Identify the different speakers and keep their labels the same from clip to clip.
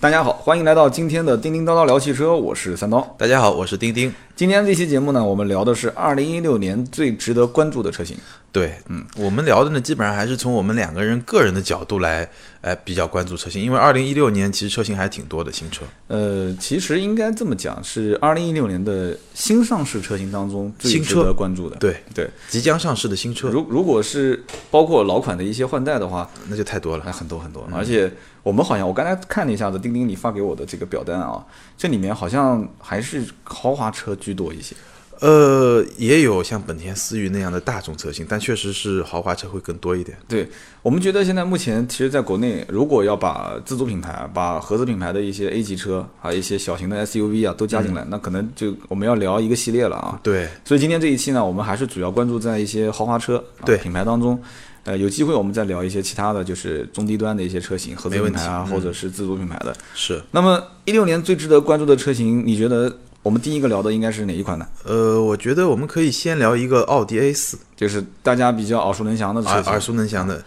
Speaker 1: 大家好，欢迎来到今天的叮叮叨叨聊汽车，我是三刀。
Speaker 2: 大家好，我是丁丁。
Speaker 1: 今天这期节目呢，我们聊的是二零一六年最值得关注的车型。
Speaker 2: 对，嗯，我们聊的呢，基本上还是从我们两个人个人的角度来，呃，比较关注车型，因为二零一六年其实车型还挺多的新车，
Speaker 1: 呃，其实应该这么讲，是二零一六年的新上市车型当中最
Speaker 2: 新
Speaker 1: 值
Speaker 2: 车
Speaker 1: 得关注的。
Speaker 2: 对，
Speaker 1: 对，
Speaker 2: 即将上市的新车，
Speaker 1: 如如果是包括老款的一些换代的话，
Speaker 2: 那就太多
Speaker 1: 还
Speaker 2: 了。
Speaker 1: 很多很
Speaker 2: 嗯
Speaker 1: 多。而且我们好像，我刚才看了一下子钉钉你发给我的这个表单啊，这里面好像还是豪华车居多一些。
Speaker 2: 呃，也有像本田思域那样的大众车型，但确实是豪华车会更多一点。
Speaker 1: 对我们觉得现在目前，其实在国内，如果要把自主品牌、把合资品牌的一些 A 级车，还有一些小型的 SUV 啊都加
Speaker 2: 嗯
Speaker 1: 进来，那可能就我们要聊一个系列了啊。
Speaker 2: 对，
Speaker 1: 所以今天这一期呢，我们还是主要关注在一些豪华车、啊、
Speaker 2: 对
Speaker 1: 品牌当中。呃，有机会我们再聊一些其他的就是中低端的一些车型，合资
Speaker 2: 没
Speaker 1: 品
Speaker 2: 问
Speaker 1: 牌啊，
Speaker 2: 题嗯
Speaker 1: 或者是自主品牌的。
Speaker 2: 是，
Speaker 1: 那么一六年最值得关注的车型，你觉得我们第一个聊的应该是哪一款呢？
Speaker 2: 呃，我觉得我们可以先聊一个奥迪 A 四，
Speaker 1: 就是大家比较耳熟能详的车
Speaker 2: 耳
Speaker 1: 型。
Speaker 2: 耳熟能详的。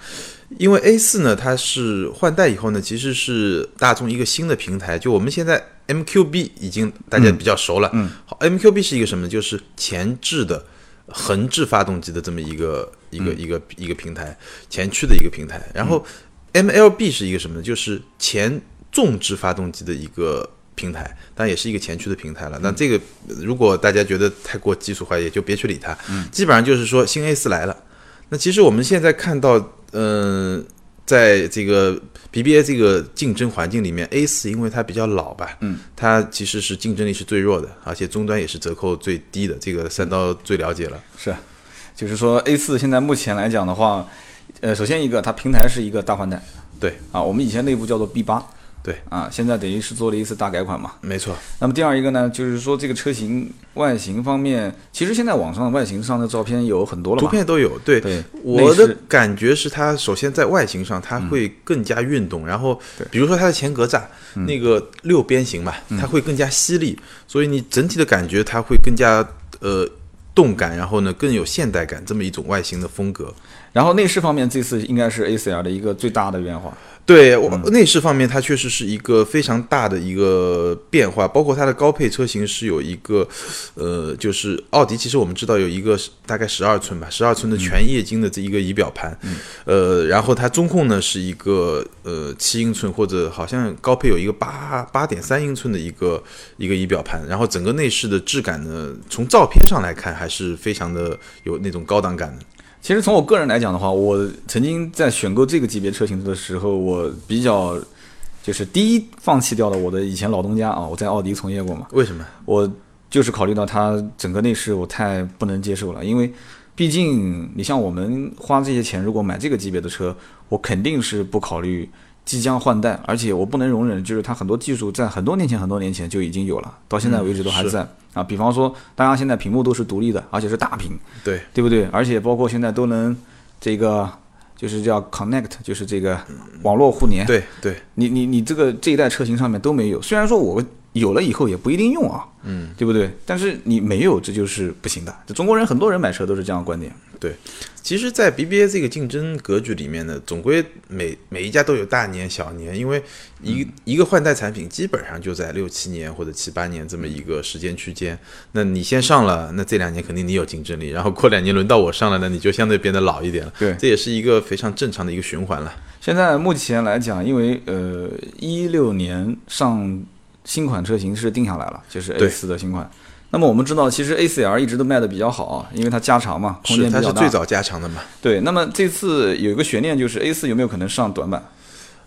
Speaker 2: 因为 A 四呢，它是换代以后呢，其实是大众一个新的平台。就我们现在 MQB 已经大家比较熟了，嗯，好，MQB 是一个什么呢？就是前置的横置发动机的这么一个一个一个一个平台，前驱的一个平台。然后 MLB 是一个什么呢？就是前纵置发动机的一个平台，当然也是一个前驱的平台了。那这个呃如果大家觉得太过技术化，也就别去理它。基本上就是说新 A 四来了。那其实我们现在看到，嗯、在这个 BBA 这个竞争环境里面，A 四因为它比较老吧，嗯，它其实是竞争力是最弱的，而且终端也是折扣最低的，这个三刀最了解了。
Speaker 1: 是，就是说 A 四现在目前来讲的话，呃，首先一个它平台是一个大换代
Speaker 2: 对
Speaker 1: 啊，我们以前内部叫做 B 八，
Speaker 2: 对
Speaker 1: 啊，现在等于是做了一次大改款嘛。
Speaker 2: 没错，
Speaker 1: 那么第二一个呢，就是说这个车型外形方面，其实现在网上外形上的照片有很多了
Speaker 2: 图
Speaker 1: 嘛。
Speaker 2: 片都有。对，
Speaker 1: 对内
Speaker 2: 我
Speaker 1: 饰
Speaker 2: 的感觉是它首先在外形上它会更加运动，然后比如说它的前格栅、那个六边形嘛，它会更加犀利，所以你整体的感觉它会更加呃动感，然后呢更有现代感这么一种外形的风格。
Speaker 1: 然后内饰方面，这次应该是 ACL 的一个最大的变化。
Speaker 2: 对我内饰方面，它确实是一个非常大的一个变化，包括它的高配车型是有一个，呃，就是奥迪其实我们知道有一个大概十二寸吧，十二寸的全液晶的这一个仪表盘，呃，然后它中控呢是一个呃七英寸或者好像高配有一个八八点三英寸的一个一个仪表盘，然后整个内饰的质感呢，从照片上来看还是非常的有那种高档感的。
Speaker 1: 其实从我个人来讲的话，我曾经在选购这个级别车型的时候，我比较就是第一放弃掉了我的以前老东家啊，我在奥迪从业过嘛，
Speaker 2: 为什么？
Speaker 1: 我就是考虑到它整个内饰我太不能接受了，因为毕竟你像我们花这些钱，如果买这个级别的车，我肯定是不考虑即将换代，而且我不能容忍就是它很多技术在很多年前很多年前就已经有了，到现在为止都还在、啊，比方说大家现在屏幕都是独立的，而且是大屏。
Speaker 2: 对，
Speaker 1: 对不对？而且包括现在都能这个就是叫 connect，就是这个网络互联。
Speaker 2: 对对，
Speaker 1: 你你你这个这一代车型上面都没有，虽然说我有了以后也不一定用啊，嗯，对不对？但是你没有这就是不行的。就中国人很多人买车都是这样的观点，
Speaker 2: 对，其实，在 BBA 这个竞争格局里面呢，总归每每一家都有大年小年，因为一、
Speaker 1: 嗯
Speaker 2: 一个换代产品基本上就在六七年或者七八年这么一个时间区间。那你先上了，那这两年肯定你有竞争力，然后过两年轮到我上了，那你就相对变得老一点了。
Speaker 1: 对
Speaker 2: 这也是一个非常正常的一个循环了。
Speaker 1: 现在目前来讲，因为呃一六年上新款车型是定下来了，就是 A
Speaker 2: 对
Speaker 1: 四的新款。那么我们知道，其实 A 四 L 一直都卖的比较好啊，因为它加长嘛，空间
Speaker 2: 是，
Speaker 1: 比
Speaker 2: 它
Speaker 1: 较大。
Speaker 2: 是最早加长的嘛？
Speaker 1: 对，那么这次有一个悬念就是 A 四有没有可能上短板？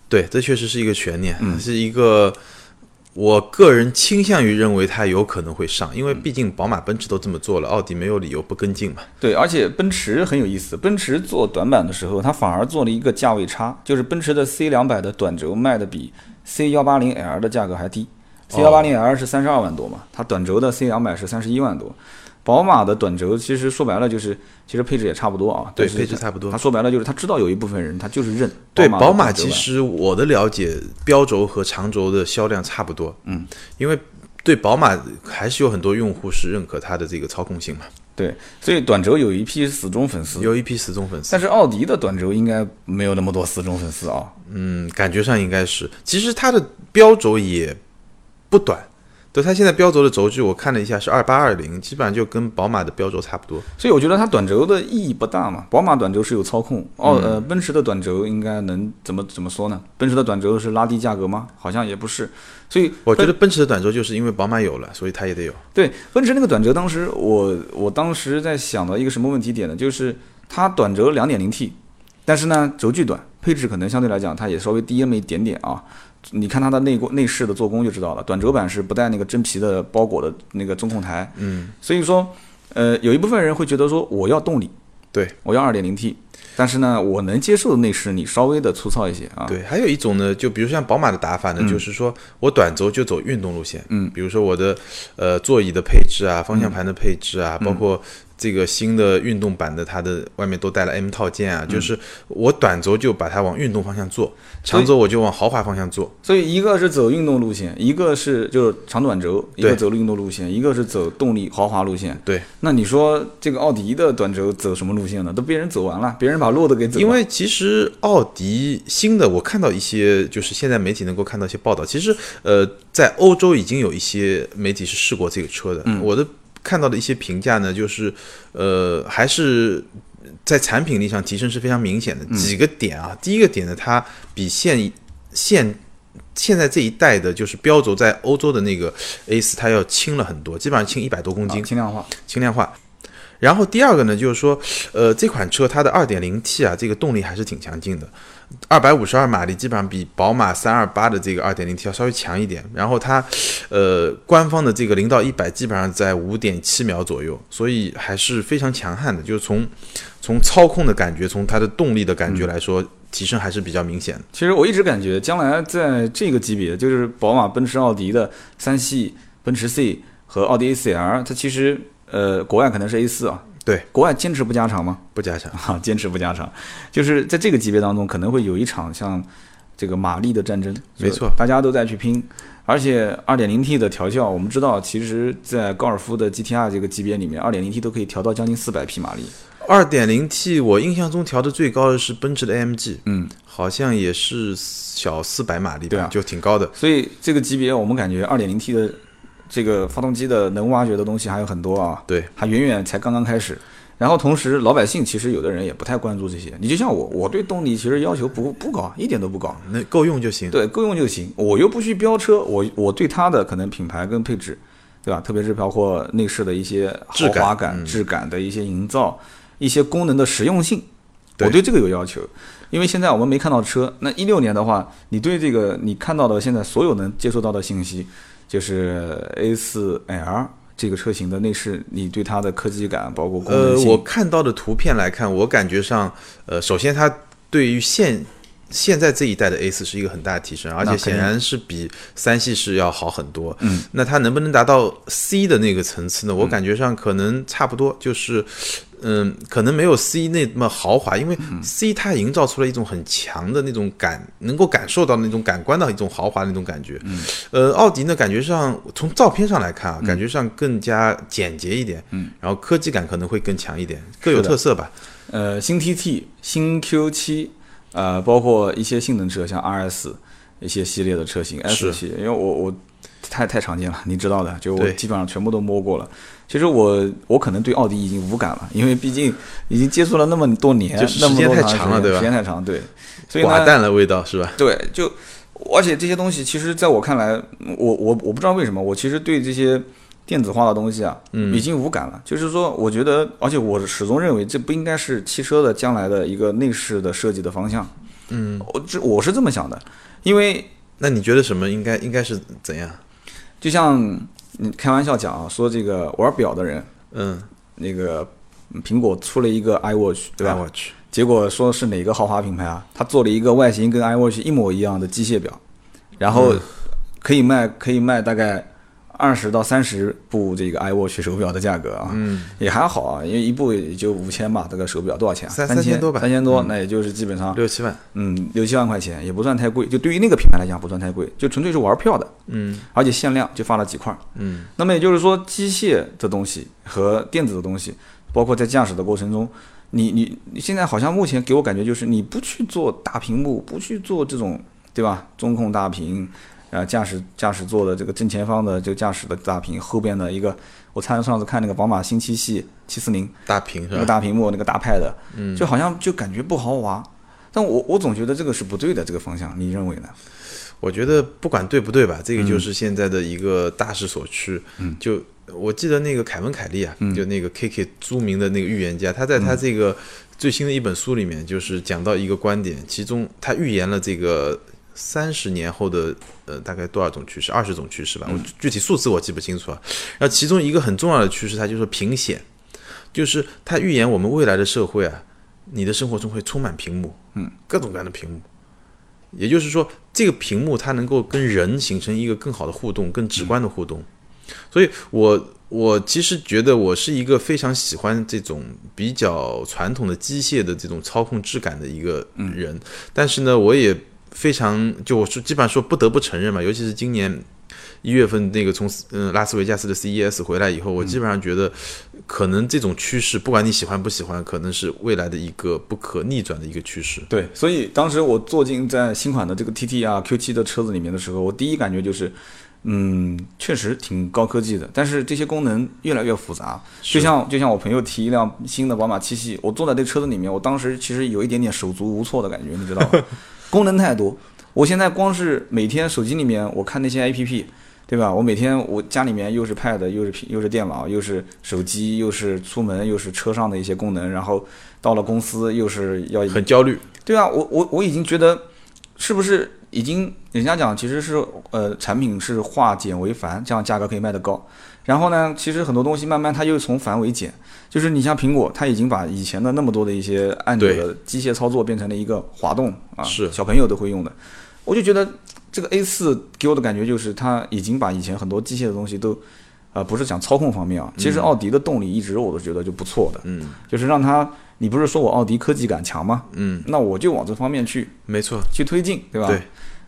Speaker 2: 对，这确实是一个悬念，
Speaker 1: 嗯
Speaker 2: 是一个我个人倾向于认为它有可能会上，因为
Speaker 1: 嗯
Speaker 2: 毕竟宝马、奔驰都这么做了，奥迪没有理由不跟进嘛。
Speaker 1: 对，而且奔驰很有意思，奔驰做短板的时候，它反而做了一个价位差，就是奔驰的 C 两百的短轴卖的比 C 幺八零 L 的价格还低，C 幺八
Speaker 2: 哦
Speaker 1: 零 L 是三十二万多嘛，它短轴的 C 两百是三十一万多。宝马的短轴其实说白了就是，其实配置也差不多啊。
Speaker 2: 对
Speaker 1: 但是
Speaker 2: 配置
Speaker 1: 它
Speaker 2: 差不多
Speaker 1: 它说白了就是，他知道有一部分人他就是认
Speaker 2: 对，
Speaker 1: 的
Speaker 2: 宝马
Speaker 1: 短轴
Speaker 2: 其
Speaker 1: 版
Speaker 2: 实我的了解，标轴和长轴的销量差不多。嗯，因为对宝马还是有很多用户是认可它的这个操控性嘛。
Speaker 1: 对，所以短轴有一批死忠粉丝，
Speaker 2: 有一批死忠粉丝，
Speaker 1: 但是奥迪的短轴应该没有那么多死忠粉丝啊。
Speaker 2: 嗯，感觉上应该是。其实它的标轴也不短，对，它现在标轴的轴距我看了一下是二八二零，基本上就跟宝马的标轴差不多。
Speaker 1: 所以我觉得它短轴的意义不大嘛。宝马短轴是有操控，奥
Speaker 2: 嗯
Speaker 1: 呃奔驰的短轴应该能怎么怎么说呢？奔驰的短轴是拉低价格吗？好像也不是。所以
Speaker 2: 我觉得奔驰的短轴就是因为宝马有了，所以它也得有。
Speaker 1: 对奔驰那个短轴，当时我我当时在想到一个什么问题点呢？就是它短轴两点零 T，但是呢轴距短，配置可能相对来讲它也稍微低那么一点点啊。你看它的内内饰的做工就知道了，短轴版是不带那个真皮的包裹的那个中控台，
Speaker 2: 嗯，
Speaker 1: 所以说，呃，有一部分人会觉得说我要动力，
Speaker 2: 对
Speaker 1: 我要二点零 T，但是呢，我能接受的内饰你稍微的粗糙一些啊，
Speaker 2: 对，还有一种呢，就比如像宝马的打法呢，就是说我短轴就走运动路线，
Speaker 1: 嗯
Speaker 2: 比如说我的呃座椅的配置啊，方向盘的配置啊，
Speaker 1: 嗯
Speaker 2: 包括这个新的运动版的它的外面都带了 M 套件啊，
Speaker 1: 嗯
Speaker 2: 就是我短轴就把它往运动方向做，长轴我就往豪华方向做，
Speaker 1: 所以一个是走运动路线，一个是就是长短轴，一个
Speaker 2: 对
Speaker 1: 走运动路线，一个是走动力豪华路线。
Speaker 2: 对，
Speaker 1: 那你说这个奥迪的短轴走什么路线呢？都被人走完了，别人把路都给走了。
Speaker 2: 因为其实奥迪新的，我看到一些就是现在媒体能够看到一些报道，其实呃，在欧洲已经有一些媒体是试过这个车的。我的看到的一些评价呢，就是呃，还是在产品力上提升是非常明显的。几个点啊，第一个点呢，它比现现现在这一代的就是标轴在欧洲的那个 A 四，它要轻了很多，基本上轻一百多公斤
Speaker 1: 啊。轻量化，
Speaker 2: 轻量化。然后第二个呢，就是说，呃，这款车它的 2.0T 啊，这个动力还是挺强劲的，2 5 2马力基本上比宝马328的这个 2.0T 要稍微强一点。然后它，呃，官方的这个0到100基本上在5.7秒左右，所以还是非常强悍的。就是从从操控的感觉，从它的动力的感
Speaker 1: 嗯
Speaker 2: 觉来说，提升还是比较明显的。
Speaker 1: 其实我一直感觉将来在这个级别，就是宝马、奔驰、奥迪的三系、奔驰 C 和奥迪 A4L，它其实呃，国外可能是 A4 啊，
Speaker 2: 对，
Speaker 1: 国外坚持不加长吗？
Speaker 2: 不加强，
Speaker 1: 啊， 坚持不加长，就是在这个级别当中，可能会有一场像这个马力的战争，
Speaker 2: 没
Speaker 1: 就
Speaker 2: 错
Speaker 1: 大家都在去拼。而且 2.0T 的调教，我们知道，其实在高尔夫的 GTR 这个级别里面，2.0T 都可以调到将近400匹马力。
Speaker 2: 2.0T 我印象中调的最高的是奔驰的 AMG，
Speaker 1: 嗯，
Speaker 2: 好像也是小四百马力吧，
Speaker 1: 对啊
Speaker 2: 就挺高的。
Speaker 1: 所以这个级别，我们感觉 2.0T 的这个发动机的能挖掘的东西还有很多啊，
Speaker 2: 对，
Speaker 1: 还远远才刚刚开始。然后同时，老百姓其实有的人也不太关注这些。你就像我，我对动力其实要求不不高，一点都不高。
Speaker 2: 那够用就行。
Speaker 1: 对，够用就行。我又不去飙车，我我对它的可能品牌跟配置，对吧？特别是包括内饰的一些
Speaker 2: 质
Speaker 1: 豪华
Speaker 2: 感嗯
Speaker 1: 感、质感的一些营造，一些功能的实用性，我
Speaker 2: 对
Speaker 1: 对这个有要求。因为现在我们没看到车，那一六年的话，你对这个你看到的现在所有能接收到的信息，就是 A 四 L 这个车型的内饰，你对它的科技感，包括功能
Speaker 2: 呃，
Speaker 1: 性，
Speaker 2: 我看到的图片来看，我感觉上，呃，首先它对于现现在这一代的 A 四是一个很大的提升，而
Speaker 1: 那
Speaker 2: 且
Speaker 1: 肯定
Speaker 2: 显然是比三系是要好很多。嗯，那它能不能达到 C 的那个层次呢？我感觉上可能差不多，就是。嗯，可能没有 C 那么豪华，因为
Speaker 1: 嗯
Speaker 2: C 它营造出了一种很强的那种感，能够感受到那种感官的一种豪华的那种感觉。嗯，呃，奥迪呢，感觉上从照片上来看
Speaker 1: 嗯
Speaker 2: 啊，感觉上更加简洁一点，嗯，然后科技感可能会更强一点，各有特色吧。
Speaker 1: 呃，新 TT、新 Q7，呃，包括一些性能车，像 RS 一些系列的车型，S
Speaker 2: 是
Speaker 1: 系列，因为我我太太常见了，你知道的，就我
Speaker 2: 对
Speaker 1: 基本上全部都摸过了。其实我我可能对奥迪已经无感了，因为毕竟已经接触了那么多年，
Speaker 2: 就是
Speaker 1: 那么
Speaker 2: 时间
Speaker 1: 多
Speaker 2: 太
Speaker 1: 长
Speaker 2: 长了
Speaker 1: 时间
Speaker 2: 对吧
Speaker 1: 时间太长，对，所以呢
Speaker 2: 寡淡了味道是吧？
Speaker 1: 对，就而且这些东西，其实在我看来，我我我不知道为什么，我其实对这些电子化的东西啊，已经无感了。就是说，我觉得，而且我始终认为，这不应该是汽车的将来的一个内饰的设计的方向。嗯，我这我是这么想的，因为
Speaker 2: 那你觉得什么应该应该是怎样？
Speaker 1: 就像你开玩笑讲啊，说这个玩表的人，
Speaker 2: 嗯，
Speaker 1: 那个苹果出了一个 iWatch，对吧？
Speaker 2: 我去，
Speaker 1: 结果说是哪个豪华品牌啊？他做了一个外形跟 iWatch 一模一样的机械表，然后
Speaker 2: 嗯
Speaker 1: 可以卖可以卖大概二十到三十部这个 iWatch 手表的价格啊，嗯，也还好啊，因为一部也就五千吧，这个手表多少钱啊？
Speaker 2: 三
Speaker 1: 三
Speaker 2: 三千多吧嗯
Speaker 1: 三千多，那也就是基本上
Speaker 2: 六七万，
Speaker 1: 嗯六七万块钱，也不算太贵，就对于那个品牌来讲不算太贵，就纯粹是玩票的，
Speaker 2: 嗯
Speaker 1: 而且限量就发了几块儿。
Speaker 2: 嗯，
Speaker 1: 那么也就是说，机械的东西和电子的东西，包括在驾驶的过程中，你你你现在好像目前给我感觉就是你不去做大屏幕，不去做这种对吧？中控大屏，然后驾驶驾驶座的这个正前方的这个驾驶的大屏，后边的一个，我看上次看那个宝马新七系七四零
Speaker 2: 大屏是
Speaker 1: 那个
Speaker 2: 吧？嗯
Speaker 1: 大屏幕那个大 pad，就好像就感觉不豪华。但我我总觉得这个是不对的，这个方向，你认为呢？
Speaker 2: 我觉得不管对不对吧，这个就是现在的一个大势所趋。嗯，就我记得那个凯文·凯利啊，就那个 KK 著名的那个预言家，他在他这个最新的一本书里面，就是讲到一个观点，其中他预言了这个三十年后的呃大概多少种趋势，二十种趋势吧，我具体数字我记不清楚啊。然后其中一个很重要的趋势，它就是屏显，就是他预言我们未来的社会啊，你的生活中会充满屏幕，嗯，各种各样的屏幕。也就是说，这个屏幕它能够跟人形成一个更好的互动、更直观的互动。所以我我其实觉得我是一个非常喜欢这种比较传统的机械的这种操控质感的一个人，但是呢，我也非常就我是基本上说不得不承认嘛，尤其是今年。一月份那个从嗯拉斯维加斯的 CES 回来以后，我基本上觉得，可能这种趋势，不管你喜欢不喜欢，可能是未来的一个不可逆转的一个趋势。
Speaker 1: 对，所以当时我坐进在新款的这个 TT 啊 Q7 的车子里面的时候，我第一感觉就是，嗯，确实挺高科技的，但是这些功能越来越复杂。就像就像我朋友提一辆新的宝马七系，我坐在这车子里面，我当时其实有一点点手足无措的感觉，你知道吧？ 功能太多，我现在光是每天手机里面我看那些 APP。对吧？我每天我家里面又是 Pad，又是屏又是电脑，又是手机，又是出门，又是车上的一些功能，然后到了公司又是要
Speaker 2: 很焦虑，
Speaker 1: 对啊，我我我已经觉得，是不是已经人家讲其实是呃产品是化简为繁，这样价格可以卖得高。然后呢，其实很多东西慢慢它又从繁为简，就是你像苹果，它已经把以前的那么多的一些按钮
Speaker 2: 对
Speaker 1: 的机械操作变成了一个滑动啊，
Speaker 2: 是
Speaker 1: 小朋友都会用的。我就觉得这个 A 四给我的感觉就是它已经把以前很多机械的东西都。呃，不是讲操控方面啊，其实奥迪的动力一直我都觉得就不错的，
Speaker 2: 嗯，
Speaker 1: 就是让它，你不是说我奥迪科技感强吗？
Speaker 2: 嗯，
Speaker 1: 那我就往这方面去
Speaker 2: 没错。
Speaker 1: 去推进，对吧？
Speaker 2: 对。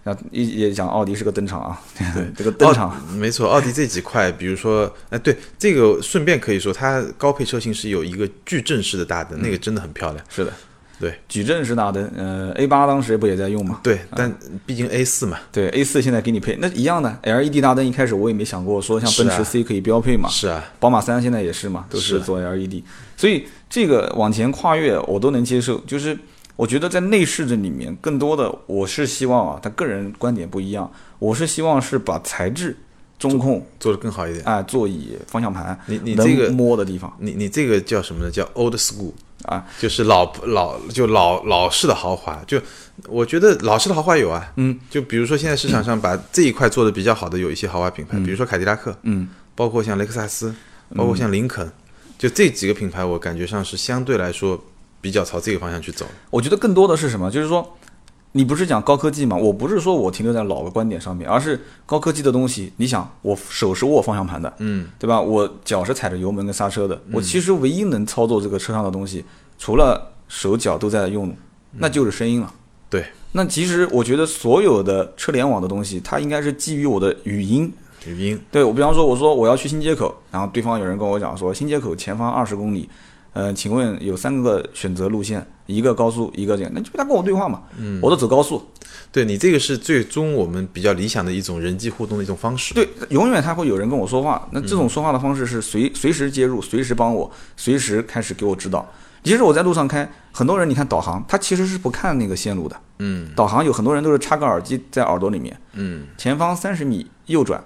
Speaker 1: 然后也也讲奥迪是个登场啊，
Speaker 2: 对
Speaker 1: 这个登场，
Speaker 2: 奥没错，奥迪这几块，比如说，哎，对，这个顺便可以说，它高配车型是有一个矩阵式的大灯，
Speaker 1: 嗯
Speaker 2: 那个真的很漂亮。
Speaker 1: 是的，
Speaker 2: 对，
Speaker 1: 矩阵式大灯，呃，A 八当时不也在用嘛？
Speaker 2: 对，但毕竟 A 四嘛，
Speaker 1: 对，A 四现在给你配那一样的 LED 大灯，一开始我也没想过说像
Speaker 2: 是
Speaker 1: 奔
Speaker 2: 啊
Speaker 1: 驰 C 可以标配嘛，
Speaker 2: 是啊，
Speaker 1: 宝马三现在也是嘛，都是
Speaker 2: 是
Speaker 1: 做 LED，所以这个往前跨越我都能接受。就是我觉得在内饰这里面，更多的我是希望啊，他个人观点不一样，我是希望是把材质、中控
Speaker 2: 做的更好一点。
Speaker 1: 啊、座椅、方向盘，
Speaker 2: 你你
Speaker 1: 能
Speaker 2: 这个
Speaker 1: 摸的地方
Speaker 2: 你你这个叫什么呢？叫 old school
Speaker 1: 啊，
Speaker 2: 就是老老就老老式的豪华。就我觉得老式的豪华有啊，嗯，就比如说现在市场上把这一块做的比较好的有一些豪华品牌，比如说凯迪拉克，
Speaker 1: 嗯，
Speaker 2: 包括像雷克萨斯，包括像林肯，就这几个品牌，我感觉上是相对来说比较朝这个方向去走。
Speaker 1: 我觉得更多的是什么？就是说，你不是讲高科技嘛？我不是说我停留在老的观点上面，而是高科技的东西。你想，我手是握方向盘的，
Speaker 2: 嗯，
Speaker 1: 对吧？我脚是踩着油门跟刹车的。我其实唯一能操作这个车上的东西，除了手脚都在用，那就是声音了。
Speaker 2: 嗯对，
Speaker 1: 那其实我觉得所有的车联网的东西，它应该是基于我的语音。
Speaker 2: 语音
Speaker 1: 对我比方说，我说我要去新街口，然后对方有人跟我讲说，新街口前方二十公里，呃，请问有三个选择路线，一个高速，一个这样，那就他跟我对话嘛，嗯，我都走高速，
Speaker 2: 对你这个是最终我们比较理想的一种人际互动的一种方式。
Speaker 1: 对，永远他会有人跟我说话，那这种说话的方式是随随时介入，随时帮我，随时开始给我指导。其实我在路上开，很多人你看导航，他其实是不看那个线路的，
Speaker 2: 嗯
Speaker 1: 导航有很多人都是插个耳机在耳朵里面，
Speaker 2: 嗯，
Speaker 1: 前方三十米右转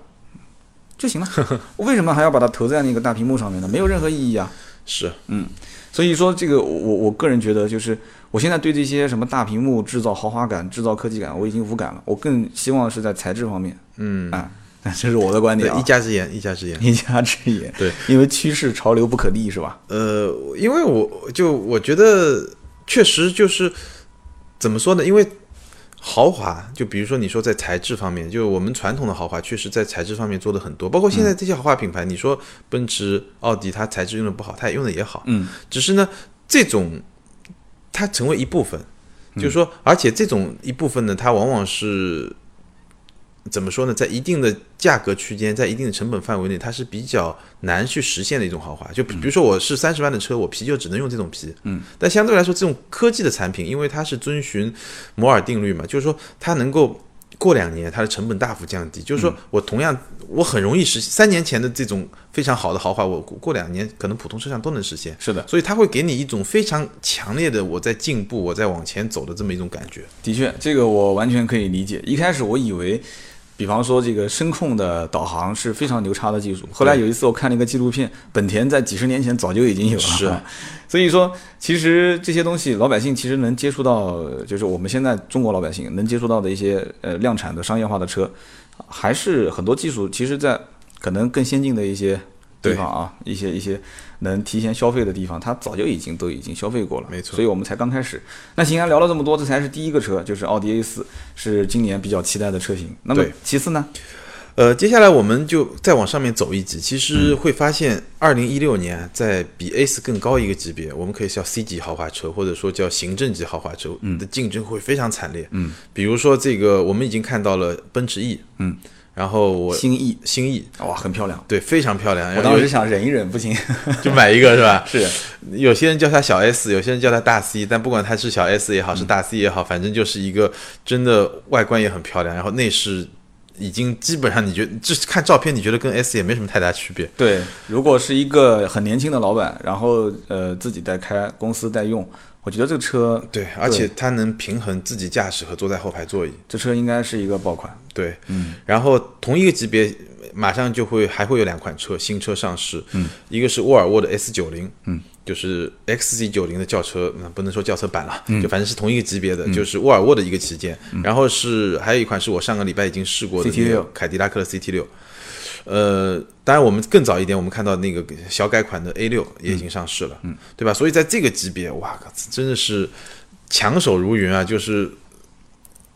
Speaker 1: 就行了，我为什么还要把它投在那个大屏幕上面呢？没有任何意义啊。
Speaker 2: 是
Speaker 1: 所以说，这个我我我个人觉得，就是我现在对这些什么大屏幕制造豪华感、制造科技感，我已经无感了。我更希望是在材质方面
Speaker 2: 嗯，
Speaker 1: 啊， 这是我的观
Speaker 2: 对
Speaker 1: 点，
Speaker 2: 一
Speaker 1: 啊，
Speaker 2: 家之言，一家之言。
Speaker 1: 一家之言。
Speaker 2: 对，
Speaker 1: 因为趋势潮流不可逆，是吧？
Speaker 2: 呃，因为我就我觉得确实就是怎么说呢？因为豪华，就比如说你说在材质方面，就我们传统的豪华确实在材质方面做的很多，包括现在这些豪华品牌，你说奔驰、奥迪，它材质用的不好，它也用的也好，
Speaker 1: 嗯，
Speaker 2: 只是呢，这种它成啊为一部分，就是说，而且这种一部分呢，它往往是怎么说呢，在一定的价格区间，在一定的成本范围内，它是比较难去实现的一种豪华。就比比如说，我是三十万的车，我皮就只能用这种皮。嗯，但相对来说，这种科技的产品，因为它是遵循摩尔定律嘛，就是说它能够过两年，它的成本大幅降低。就是说我同样，我很容易实现三年前的这种非常好的豪华，我过过两年可能普通车上都能实现。
Speaker 1: 是的，
Speaker 2: 所以它会给你一种非常强烈的我在进步，我在往前走的这么一种感觉。
Speaker 1: 的确，这个我完全可以理解。一开始我以为，比方说这个声控的导航是非常牛叉的技术。后来有一次我看了一个纪录片，本田在几十年前早就已经有了。
Speaker 2: 是啊，
Speaker 1: 所以说其实这些东西老百姓其实能接触到，就是我们现在中国老百姓能接触到的一些呃量产的商业化的车，还是很多技术其实在可能更先进的一些地方啊，一些一些能提前消费的地方，它早就已经都已经消费过了，
Speaker 2: 没错
Speaker 1: 所以我们才刚开始。那行啊，聊了这么多，这才是第一个车，就是奥迪 A 四，是今年比较期待的车型。那么
Speaker 2: 对
Speaker 1: 其次呢？
Speaker 2: 呃，接下来我们就再往上面走一级，其
Speaker 1: 嗯
Speaker 2: 实会发现，二零一六年啊在比 A 四更高一个级别，我们可以叫 C 级豪华车，或者说叫行政级豪华车
Speaker 1: 嗯
Speaker 2: 的竞争会非常惨烈。嗯，比如说这个，我们已经看到了奔驰 E，嗯，然后我
Speaker 1: 新 E，
Speaker 2: 新 E，
Speaker 1: 哇，很漂亮。
Speaker 2: 对，非常漂亮，
Speaker 1: 我
Speaker 2: 然后
Speaker 1: 当时
Speaker 2: 有
Speaker 1: 想忍一忍，不 行，
Speaker 2: 就买一个是吧？
Speaker 1: 是
Speaker 2: 有些人叫它小 S，有些人叫它大 C，但不管它是小 S 也好，是大 C 也好，反正就是一个真的外观也很漂亮，然后内饰已经基本上你觉得，就是看照片你觉得跟 S 也没什么太大区别。
Speaker 1: 对，如果是一个很年轻的老板，然后呃自己在开，公司在用，我觉得这个车，
Speaker 2: 对，而且它能平衡自己驾驶和坐在后排座椅。
Speaker 1: 这车应该是一个爆款。
Speaker 2: 对，嗯，然后同一个级别，马上就会还会有两款车新车上市，嗯，一个是沃尔沃的 S 九零，嗯，就是 XC 九零的轿车，嗯，不能说轿车版了，就反正是同一个级别的，就是沃尔沃的一个旗舰，然后是还有一款是我上个礼拜已经试过的
Speaker 1: CT6
Speaker 2: 那个凯迪拉克的 CT 六。呃，当然，我们更早一点，我们看到那个小改款的 A 六也已经上市了，嗯，对吧？所以在这个级别，哇靠，真的是强手如云啊！就是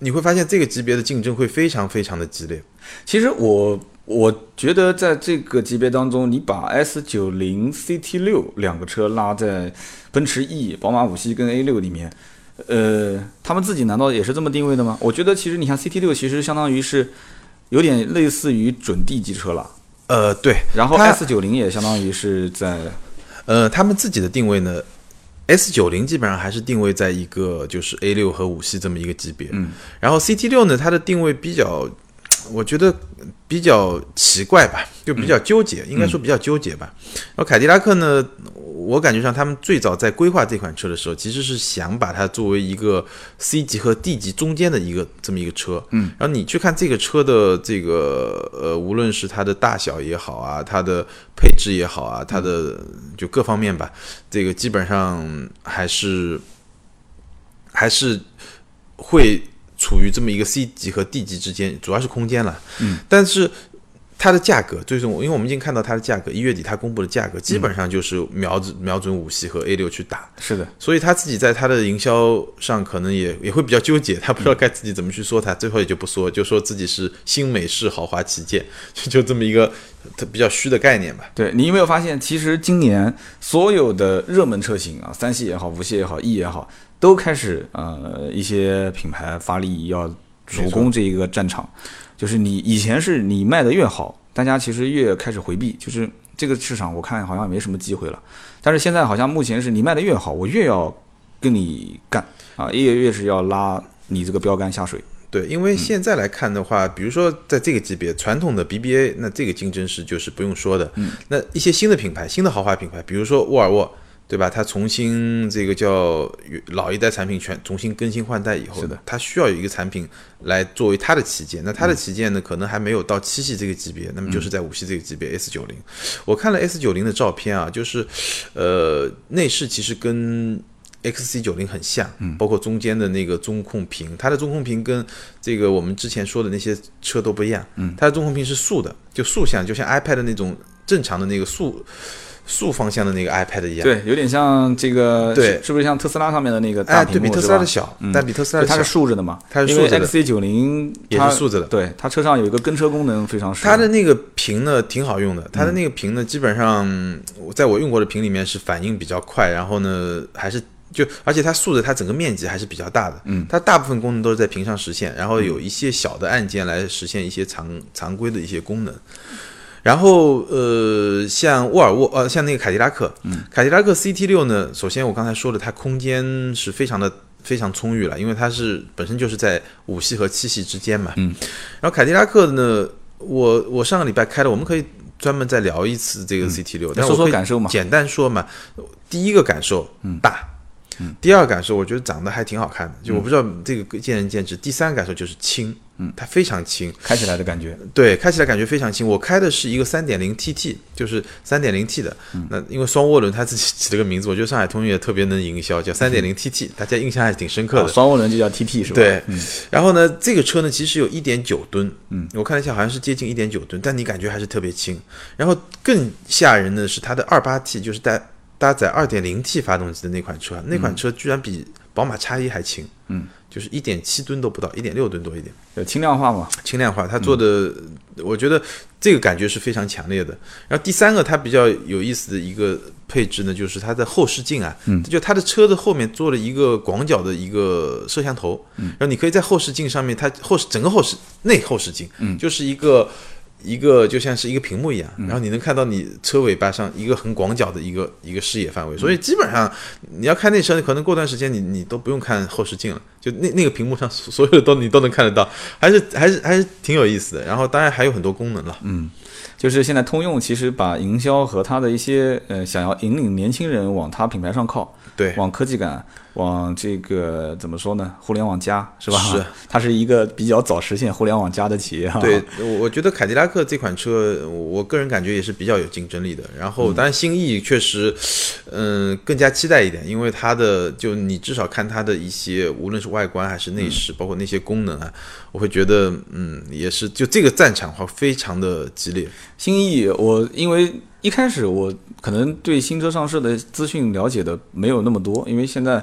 Speaker 2: 你会发现这个级别的竞争会非常非常的激烈。
Speaker 1: 其实我我觉得在这个级别当中，你把 S 九零 CT 六两个车拉在奔驰 E、宝马五系跟 A 六里面，呃，他们自己难道也是这么定位的吗？我觉得其实你看 CT 六其实相当于是有点类似于准 D 级车了，
Speaker 2: 呃，对，
Speaker 1: 然后
Speaker 2: 它
Speaker 1: S 九零也相当于是在
Speaker 2: 呃，他们自己的定位呢，S 九零基本上还是定位在一个就是 A 六和五系这么一个级别，嗯，然后 CT 六呢，它的定位比较，我觉得比较奇怪吧，就比较纠结，应该说比较纠结吧。然后凯迪拉克呢，我感觉上他们最早在规划这款车的时候，其实是想把它作为一个 C 级和 D 级中间的一个这么一个车，嗯，然后你去看这个车的这个呃，无论是它的大小也好啊，它的配置也好啊，它的就各方面吧，这个基本上还是还是会处于这么一个 C 级和 D 级之间，主要是空间了，嗯，但是。它的价格最终，因为我们已经看到它的价格，一月底它公布的价格基本上就是瞄准瞄准五系和 A 六去打，
Speaker 1: 是的，
Speaker 2: 所以他自己在他的营销上可能也也会比较纠结，他不知道该自己怎么去说他，最后也就不说，就说自己是新美式豪华旗舰，就就这么一个它比较虚的概念吧。
Speaker 1: 对你有没有发现，其实今年所有的热门车型啊，三系也好，五系也好，E 也好，都开始呃一些品牌发力要主攻这一个战场，就是你以前是你卖的越好，大家其实越开始回避，就是这个市场我看好像也没什么机会了。但是现在好像目前是你卖的越好，我越要跟你干啊，越越是要拉你这个标杆下水。
Speaker 2: 对，因为现在来看的话，比如说在这个级别，传统的 BBA，那这个竞争是就是不用说的。那一些新的品牌，新的豪华品牌，比如说沃尔沃，对吧？它重新这个叫老一代产品全重新更新换代以后，
Speaker 1: 是的，嗯
Speaker 2: 它需要有一个产品来作为它的旗舰。那它的旗舰呢，可能还没有到七系这个级别，那么就是在五系这个级别 S 九零。我看了 S 九零的照片啊，就是呃，内饰其实跟 XC 九零很像，
Speaker 1: 嗯
Speaker 2: 包括中间的那个中控屏，它的中控屏跟这个我们之前说的那些车都不一样，
Speaker 1: 嗯
Speaker 2: 它的中控屏是竖的，就竖向，就像 iPad 的那种正常的那个竖竖方向的那个 iPad 一样，，
Speaker 1: 对，有点像这个，
Speaker 2: 对
Speaker 1: 是是不是像特斯拉上面的那个大
Speaker 2: 哎，
Speaker 1: 屏
Speaker 2: 对
Speaker 1: 幕
Speaker 2: 比特
Speaker 1: 是
Speaker 2: 斯拉
Speaker 1: 吧嗯
Speaker 2: 的小，但比特斯拉
Speaker 1: 对，
Speaker 2: 的
Speaker 1: 它
Speaker 2: 小
Speaker 1: 是，竖着的嘛，
Speaker 2: 它是
Speaker 1: 因为
Speaker 2: 竖着的
Speaker 1: XC 九零
Speaker 2: 也是竖着的
Speaker 1: 对，它车上有一个跟车功能非常实用。
Speaker 2: 它的那个屏呢挺好用的，它的那个屏呢基本上我在我用过的屏里面是反应比较快，然后呢还是就而且它素的它整个面积还是比较大的，嗯，它大部分功能都是在屏上实现，然后有一些小的按键来实现一些常常规的一些功能。然后呃，像沃尔沃呃，像那个凯迪拉克，嗯，凯迪拉克 CT 六呢，首先我刚才说了，它空间是非常的非常充裕了，因为它是本身就是在五系和七系之间嘛，嗯，然后凯迪拉克呢，我我上个礼拜开了，我们可以专门再聊一次这个 CT 六、但
Speaker 1: 嗯说
Speaker 2: 我
Speaker 1: 说
Speaker 2: 可以
Speaker 1: 感受嘛
Speaker 2: 简单说嘛，第一个感受，大。
Speaker 1: 嗯
Speaker 2: 第二感受，我觉得长得还挺好看的，就我不知道这个见仁见智。第三感受就是轻，嗯，它非常轻，
Speaker 1: 开起来的感觉，
Speaker 2: 对，开起来感觉非常轻。我开的是一个3 0 TT，就是3 0 T 的。
Speaker 1: 嗯
Speaker 2: 那因为双涡轮它自己起了个名字，我觉得上海通用也特别能营销，叫3 0
Speaker 1: 嗯
Speaker 2: TT，大家印象还是挺深刻
Speaker 1: 啊
Speaker 2: 的。
Speaker 1: 双涡轮就叫 TT 是吧？嗯
Speaker 2: 对，然后呢，这个车呢其实有1.9吨，嗯，我看了一下，好像是接近1.9吨，但你感觉还是特别轻。然后更吓人的是它的2 8 T，就是带搭载2 0 T 发动机的那款车，那款车居然比宝马叉一还轻，嗯，就是1.7吨都不到，1.6吨多一点。
Speaker 1: 有轻量化嘛，
Speaker 2: 轻量化，它做的，我觉得这个感觉是非常强烈的。然后第三个，它比较有意思的一个配置呢，就是它的后视镜啊，就它的车子后面做了一个广角的一个摄像头，然后你可以在后视镜上面，它后视整个后视内后视镜，就是一个。一个就像是一个屏幕一样，然后你能看到你车尾巴上一个很广角的一个一个视野范围，所以基本上你要开那车，可能过段时间你你都不用看后视镜了，就那那个屏幕上 所所有的都你都能看得到，还是还是还是挺有意思的。然后当然还有很多功能了，嗯，
Speaker 1: 就是现在通用其实把营销和它的一些呃想要引领年轻人往它品牌上靠，
Speaker 2: 对
Speaker 1: 往科技感，往这个怎么说呢？互联网加是吧？
Speaker 2: 是，
Speaker 1: 它是一个比较早实现互联网加的企业哈。啊
Speaker 2: 对，我我觉得凯迪拉克这款车，我我个人感觉也是比较有竞争力的。然后当然新 E 确实，嗯、更加期待一点，因为它的就你至少看它的一些，无论是外观还是内饰，包括那些功能啊，我会觉得嗯也是就这个战场话非常的激烈，
Speaker 1: 新意，我因为一开始我可能对新车上市的资讯了解的没有那么多，因为现在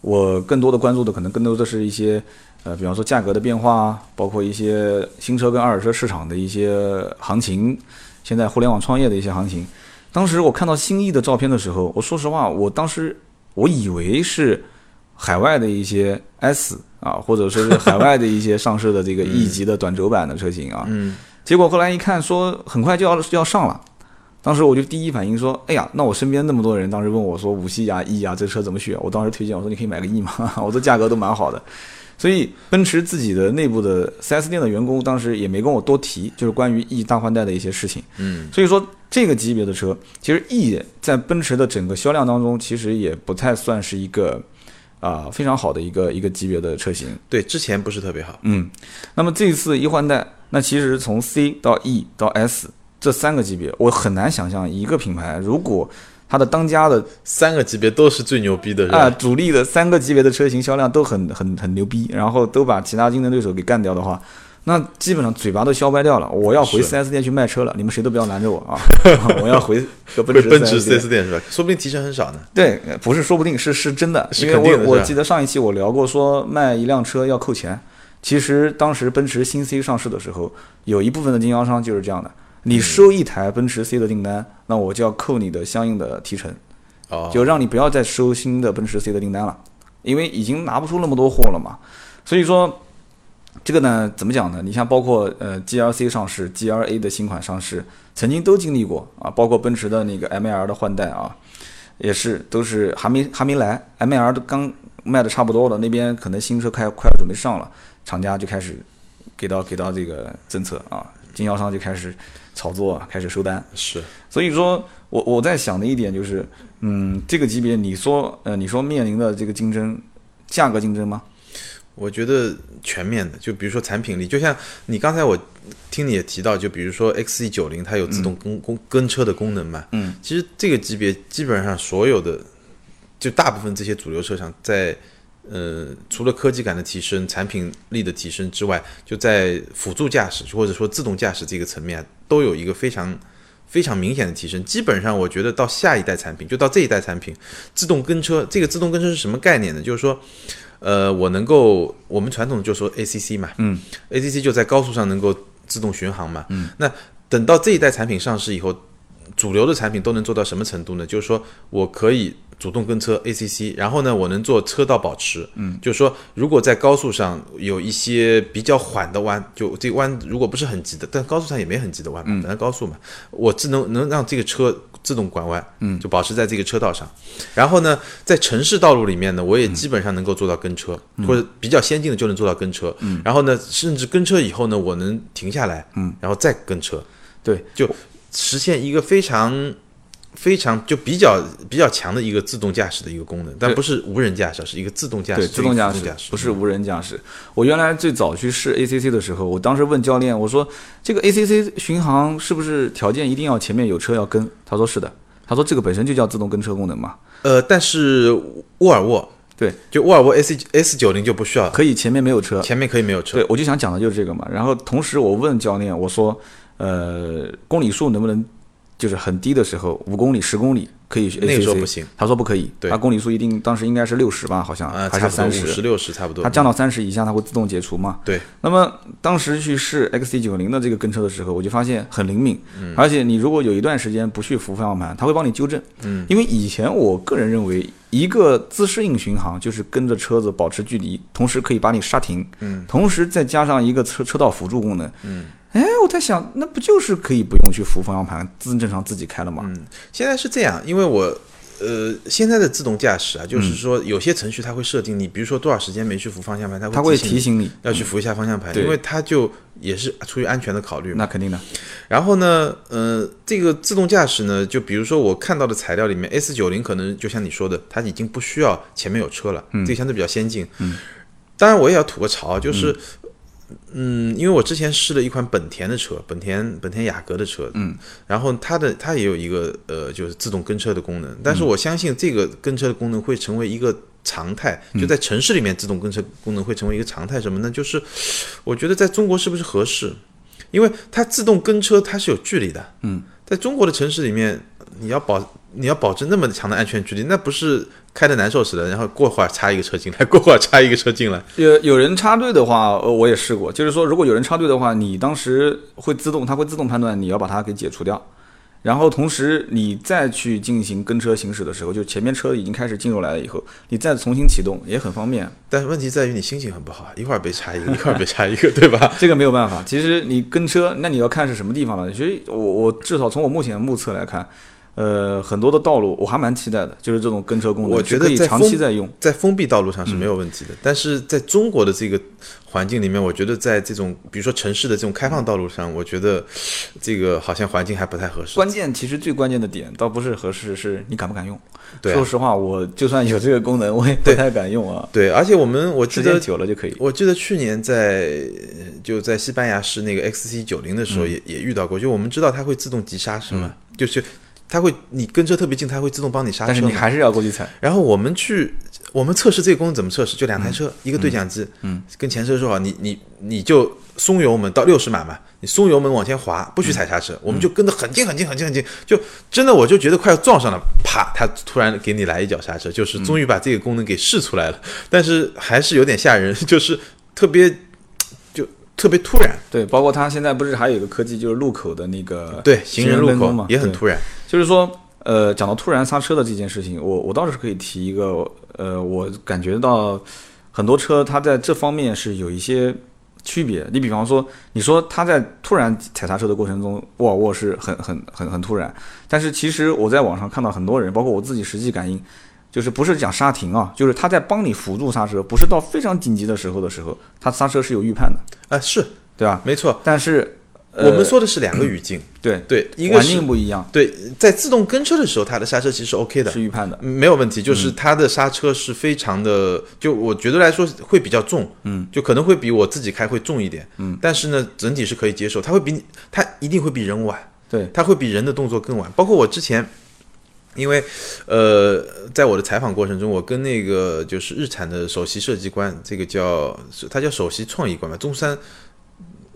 Speaker 1: 我更多的关注的可能更多的是一些呃，比方说价格的变化啊，包括一些新车跟二手车市场的一些呃行情，现在互联网创业的一些行情。当时我看到新意的照片的时候，我说实话，我当时我以为是海外的一些 S 啊，或者说是海外的一些上市的这个 E 级的短轴版的车型啊，
Speaker 2: 嗯，
Speaker 1: 结果后来一看，说很快就要就要上了。当时我就第一反应说：“哎呀，那我身边那么多人，当时问我说五系呀、E 呀、这车怎么选？”我当时推荐我说：“你可以买个 E 嘛， 我这价格都蛮好的。”所以奔驰自己的内部的 4S 店的员工当时也没跟我多提，就是关于 E 大换代的一些事情。
Speaker 2: 嗯，
Speaker 1: 所以说这个级别的车，其实 E 在奔驰的整个销量当中，其实也不太算是一个啊、非常好的一个一个级别的车型。
Speaker 2: 对，之前不是特别好。
Speaker 1: 嗯，那么这一次一换代，那其实从 C 到 E 到 S 这三个级别，我很难想象一个品牌如果它的当家的
Speaker 2: 三个级别都是最牛逼的，是吧？
Speaker 1: 啊、主力的三个级别的车型销量都很很很牛逼，然后都把其他竞争对手给干掉的话。那基本上嘴巴都削掰掉了，我要回
Speaker 2: 是
Speaker 1: 4S 店去卖车了，你们谁都不要拦着我 啊！我要回个奔
Speaker 2: 会
Speaker 1: 驰
Speaker 2: 奔驰
Speaker 1: 4S 店
Speaker 2: 4S 店是吧？说不定提成很少呢。
Speaker 1: 对，呃不是说不定，是是真的，
Speaker 2: 是
Speaker 1: 因为
Speaker 2: 肯定的
Speaker 1: 我
Speaker 2: 是
Speaker 1: 我
Speaker 2: 吧
Speaker 1: 记得上一期我聊过，说卖一辆车要扣钱。其实当时奔驰新 C 上市的时候，有一部分的经销商就是这样的，
Speaker 2: 嗯
Speaker 1: 你收一台奔驰 C 的订单，那我就要扣你的相应的提成，
Speaker 2: 哦，
Speaker 1: 就让你不要再收新的奔驰 C 的订单了，因为已经拿不出那么多货了嘛。所以说，这个呢，怎么讲呢？你像包括呃 GLC 上市、GLA 的新款上市，曾经都经历过啊，包括奔驰的那个 ML 的换代啊，也是都是还没还没来，ML 都刚卖的差不多了，那边可能新车开快要准备上了，厂家就开始给到给到这个政策啊，经销商就开始炒作，开始收单。
Speaker 2: 是
Speaker 1: 所以说我我在想的一点就是，嗯，这个级别你说呃你说面临的这个竞争，价格竞争吗？
Speaker 2: 我觉得全面的，就比如说产品力，就像你刚才我听你也提到，就比如说 X E 九零，它有自动跟跟跟车的功能嘛。
Speaker 1: 嗯，
Speaker 2: 其实这个级别基本上所有的，就大部分这些主流车上，在呃除了科技感的提升、产品力的提升之外，就在辅助驾驶或者说自动驾驶这个层面啊都有一个非常。非常明显的提升，基本上我觉得到下一代产品，就到这一代产品，自动跟车，这个自动跟车是什么概念呢？就是说，呃，我能够，我们传统就说 ACC 嘛，嗯，ACC 就在高速上能够自动巡航嘛，嗯，那等到这一代产品上市以后，主流的产品都能做到什么程度呢？就是说我可以主动跟车 ACC，然后呢，我能做车道保持。嗯，就是说如果在高速上有一些比较缓的弯，就这个弯如果不是很急的，但高速上也没很急的弯嘛，本来高速嘛，我只能能让这个车自动拐弯，嗯，就保持在这个车道上。然后呢，在城市道路里面呢，
Speaker 1: 嗯
Speaker 2: 我也基本上能够做到跟车，或者比较先进的就能做到跟车。嗯，然后呢，甚至跟车以后呢，我能停下来，嗯，然后再跟车。
Speaker 1: 对，
Speaker 2: 就实现一个非常非常就比较比较强的一个自动驾驶的一个功能，但不是无人驾驶，是一个自动驾驶，
Speaker 1: 对，自动驾
Speaker 2: 驶
Speaker 1: 驶不是无人驾驶。我原来最早去试 ACC 的时候，我当时问教练，我说这个 ACC 巡航是不是条件一定要前面有车要跟？他说是的，他说这个本身就叫自动跟车功能嘛。
Speaker 2: 呃，但是沃尔沃
Speaker 1: 对，呃
Speaker 2: 就沃尔沃 S S 九零就不需要，
Speaker 1: 可以前面没有车。
Speaker 2: 前面可以没有啊车，
Speaker 1: 对，我就想讲的就是这个嘛。然后同时我问教练，我说，呃，公里数能不能就是很低的时候，五公里、十公里可以去 ACC？
Speaker 2: 那个时候不行，
Speaker 1: 他说不可以，
Speaker 2: 对
Speaker 1: 他公里数一定当时应该是六十吧，好像、
Speaker 2: 啊，
Speaker 1: 还
Speaker 2: 差
Speaker 1: 是
Speaker 2: 不多
Speaker 1: 三
Speaker 2: 五
Speaker 1: 十，
Speaker 2: 十六十差不多
Speaker 1: 它。降到三十以下，它会自动解除嘛？
Speaker 2: 对。
Speaker 1: 那么当时去试 XC 九零的这个跟车的时候，我就发现很灵敏，
Speaker 2: 嗯
Speaker 1: 而且你如果有一段时间不去扶方向盘，它会帮你纠正。嗯，因为以前我个人认为，一个自适应巡航就是跟着车子保持距离，同时可以把你刹停，嗯，同时再加上一个车车道辅助功能，嗯。哎，我在想，那不就是可以不用去扶方向盘，自正常自己开了吗？
Speaker 2: 现在是这样，因为我。呃，现在的自动驾驶啊，
Speaker 1: 嗯
Speaker 2: 就是说有些程序它会设定你，比如说多少时间没去扶方向盘，它
Speaker 1: 它会提
Speaker 2: 提醒
Speaker 1: 醒你，
Speaker 2: 你要去扶一下方向盘，
Speaker 1: 对
Speaker 2: 因为它就也是出于安全的考虑嘛。
Speaker 1: 那肯定的，
Speaker 2: 然后呢，呃，这个自动驾驶呢，就比如说我看到的材料里面，S 九零可能就像你说的，它已经不需要前面有车了，这个相对比较先进。嗯，当然我也要吐个槽，就是，嗯因为我之前试了一款本田的车，本田本田雅阁的车，嗯，然后它的它也有一个呃，就是自动跟车的功能，但是我相信这个跟车的功能会成为一个。常态就在城市里面，自动跟车功能会成为一个常态。什么呢？就是我觉得在中国是不是合适？因为它自动跟车它是有距离的，嗯，在中国的城市里面，你要保你要保证那么强的安全距离，那不是开的难受死了，然后过会儿插一个车进来，过会儿插一个车进来，
Speaker 1: 有有人插队的话，呃，我也试过，就是说，如果有人插队的话，你当时会自动，它会自动判断你要把它给解除掉，然后同时你再去进行跟车行驶的时候，就前面车已经开始进入来了以后，你再重新启动也很方便，
Speaker 2: 但问题在于你心情很不好，一会儿被插一个，一 会儿被插一个，对吧？
Speaker 1: 这个没有办法。其实你跟车，那你要看是什么地方了。其实我我至少从我目前目测来看，呃，很多的道路我还蛮期待的，就是这种跟车功能，
Speaker 2: 我觉得
Speaker 1: 是可以
Speaker 2: 在
Speaker 1: 长期
Speaker 2: 封
Speaker 1: 在用。
Speaker 2: 在封闭道路上是没有问题的，但是在中国的这个环境里面，我觉得在这种比如说城市的这种开放道路上，我觉得这个好像环境还不太合适。
Speaker 1: 关键其实最关键的点倒不是合适，是你敢不敢用。
Speaker 2: 对啊
Speaker 1: 说实话，我就算有这个功能，我也不太敢用啊。
Speaker 2: 对，而且我们我记
Speaker 1: 时
Speaker 2: 得
Speaker 1: 间久了就可以。
Speaker 2: 我记得去年在呃就在西班牙试那个 XC 九零的时候
Speaker 1: 嗯
Speaker 2: 也、也遇到过，就我们知道它会自动急刹车嘛，就是它会你跟车特别近，它会自动帮你刹
Speaker 1: 但是
Speaker 2: 车
Speaker 1: 你
Speaker 2: 嘛。
Speaker 1: 还是要过去踩，
Speaker 2: 然后我们去我们测试这个功能怎么测试？就两台车，一个对讲机，嗯，跟前车说好，你你你就松油门到六十码嘛，你松油门往前滑，不许踩刹
Speaker 1: 嗯
Speaker 2: 车，我们就跟得很近很近很近很近，就真的我就觉得快要撞上了，啪，它突然给你来一脚刹车，就是终
Speaker 1: 嗯
Speaker 2: 于把这个功能给试出来了，但是还是有点吓人，就是特别就特别突然，
Speaker 1: 对，包括它现在不是还有一个科技，就是路口的那个
Speaker 2: 对，行人路
Speaker 1: 跟踪嘛
Speaker 2: 口，也很
Speaker 1: 对
Speaker 2: 突然，
Speaker 1: 就是说，呃，讲到突然刹车的这件事情，我我倒是可以提一个，呃，我感觉到很多车它在这方面是有一些区别。你比方说，你说它在突然踩刹车的过程中，沃尔沃是很很很很突然，但是其实我在网上看到很多人，包括我自己实际感应。就是不是讲刹停啊，就是它在帮你辅助刹车，不是到非常紧急的时候的时候，它刹车是有预判的，
Speaker 2: 啊、是
Speaker 1: 对吧？
Speaker 2: 没错，
Speaker 1: 但是、呃
Speaker 2: 我们说的是两个语境，
Speaker 1: 对
Speaker 2: 对，一个
Speaker 1: 环
Speaker 2: 是
Speaker 1: 境不一样，
Speaker 2: 对，在自动跟车的时候，它的刹车其实是 OK 的嗯
Speaker 1: 是，预判的。
Speaker 2: 没有问题，就是它的刹车是非常的，就我觉得来说会比较重，嗯，就可能会比我自己开会重一点，嗯，但是呢，整体是可以接受，它会比你，它一定会比人晚，
Speaker 1: 对，
Speaker 2: 它会比人的动作更晚，包括我之前。因为，呃，在我的采访过程中，我跟那个就是日产的首席设计官，这个叫是他叫首席创意官吧，中山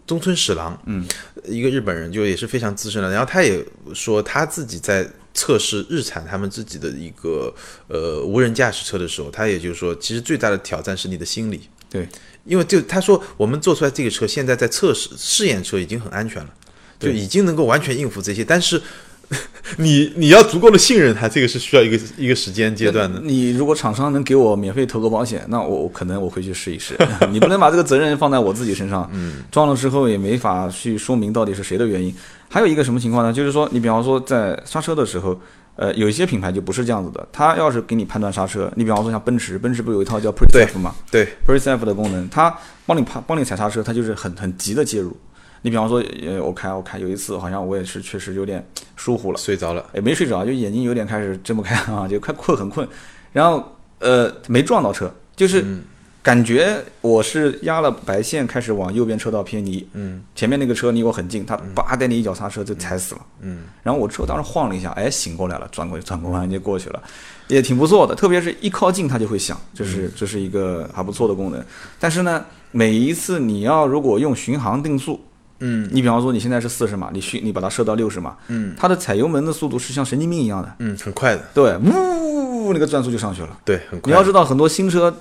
Speaker 2: 中村史郎，嗯，一个日本人，就也是非常资深的。然后他也说他自己在测试日产他们自己的一个呃无人驾驶车的时候，他也就是说，其实最大的挑战是你的心理，
Speaker 1: 对，
Speaker 2: 因为就他说我们做出来这个车，现在在测试试验车已经很安全了，就已经能够完全应付这些，但是。 你你要足够的信任它，这个是需要一个一个时间阶段的。
Speaker 1: 你如果厂商能给我免费投个保险，那我我可能我会去试一 试。你不能把这个责任放在我自己身上，嗯，撞了之后也没法去说明到底是谁的原因。还有一个什么情况呢？就是说，你比方说在刹车的时候，呃，有一些品牌就不是这样子的。它要是给你判断刹车，你比方说像奔驰，奔驰不有一套叫 p r e s a f 嘛
Speaker 2: 对，
Speaker 1: p r e s a f 的功能，它帮你判帮你踩刹车，它就是很很急的介入。你比方说，呃，我开我开，有一次好像我也是确实有点疏忽了，
Speaker 2: 睡着了，
Speaker 1: 也没睡着，就眼睛有点开始睁不开啊， 就快困很困，然后呃没撞到车，就是感觉我是压了白线开始往右边车道偏离，
Speaker 2: 嗯，
Speaker 1: 前面那个车离我很近，他叭带你一脚刹车就踩死了，
Speaker 2: 嗯，
Speaker 1: 然后我车当时晃了一下，哎醒过来了，转过去转过弯就过去了，也挺不错的，特别是一靠近它就会响，这是
Speaker 2: 嗯
Speaker 1: 这是一个还不错的功能，但是呢，每一次你要如果用巡航定速。
Speaker 2: 嗯，
Speaker 1: 你比方说你现在是四十码，你去你把它设到六十码，
Speaker 2: 嗯，
Speaker 1: 它的踩油门的速度是像神经病一样的，
Speaker 2: 嗯，很快的，
Speaker 1: 对，呜，那个转速就上去了。
Speaker 2: 对，很
Speaker 1: 你
Speaker 2: 快
Speaker 1: 要。知道，很多新车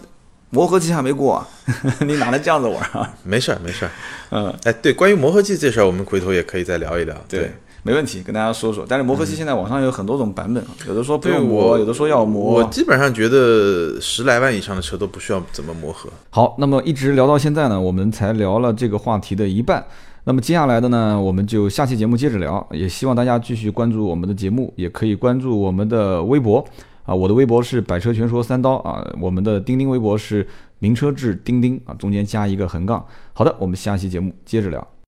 Speaker 1: 磨合期还没过啊， 你哪能这样子玩啊？
Speaker 2: 没事儿，没事儿。
Speaker 1: 嗯，
Speaker 2: 哎，对，关于磨合剂这事儿，我们回头也可以再聊一聊。 对，，嗯
Speaker 1: 没问题，跟大家说说。但是磨合期现在网上有很多种版本啊，有的说不
Speaker 2: 对
Speaker 1: 用
Speaker 2: 我
Speaker 1: 磨，有的说要
Speaker 2: 我
Speaker 1: 磨。
Speaker 2: 基本上觉得十来万以上的车都不需要怎么磨合。
Speaker 1: 好，那么一直聊到现在呢，我们才聊了这个话题的一半。那么接下来的呢，我们就下期节目接着聊，也希望大家继续关注我们的节目，也可以关注我们的微博啊，我的微博是百车全说三刀啊，我们的钉钉微博是名车志钉钉啊，中间加一个横杠。好的，我们下期节目接着聊。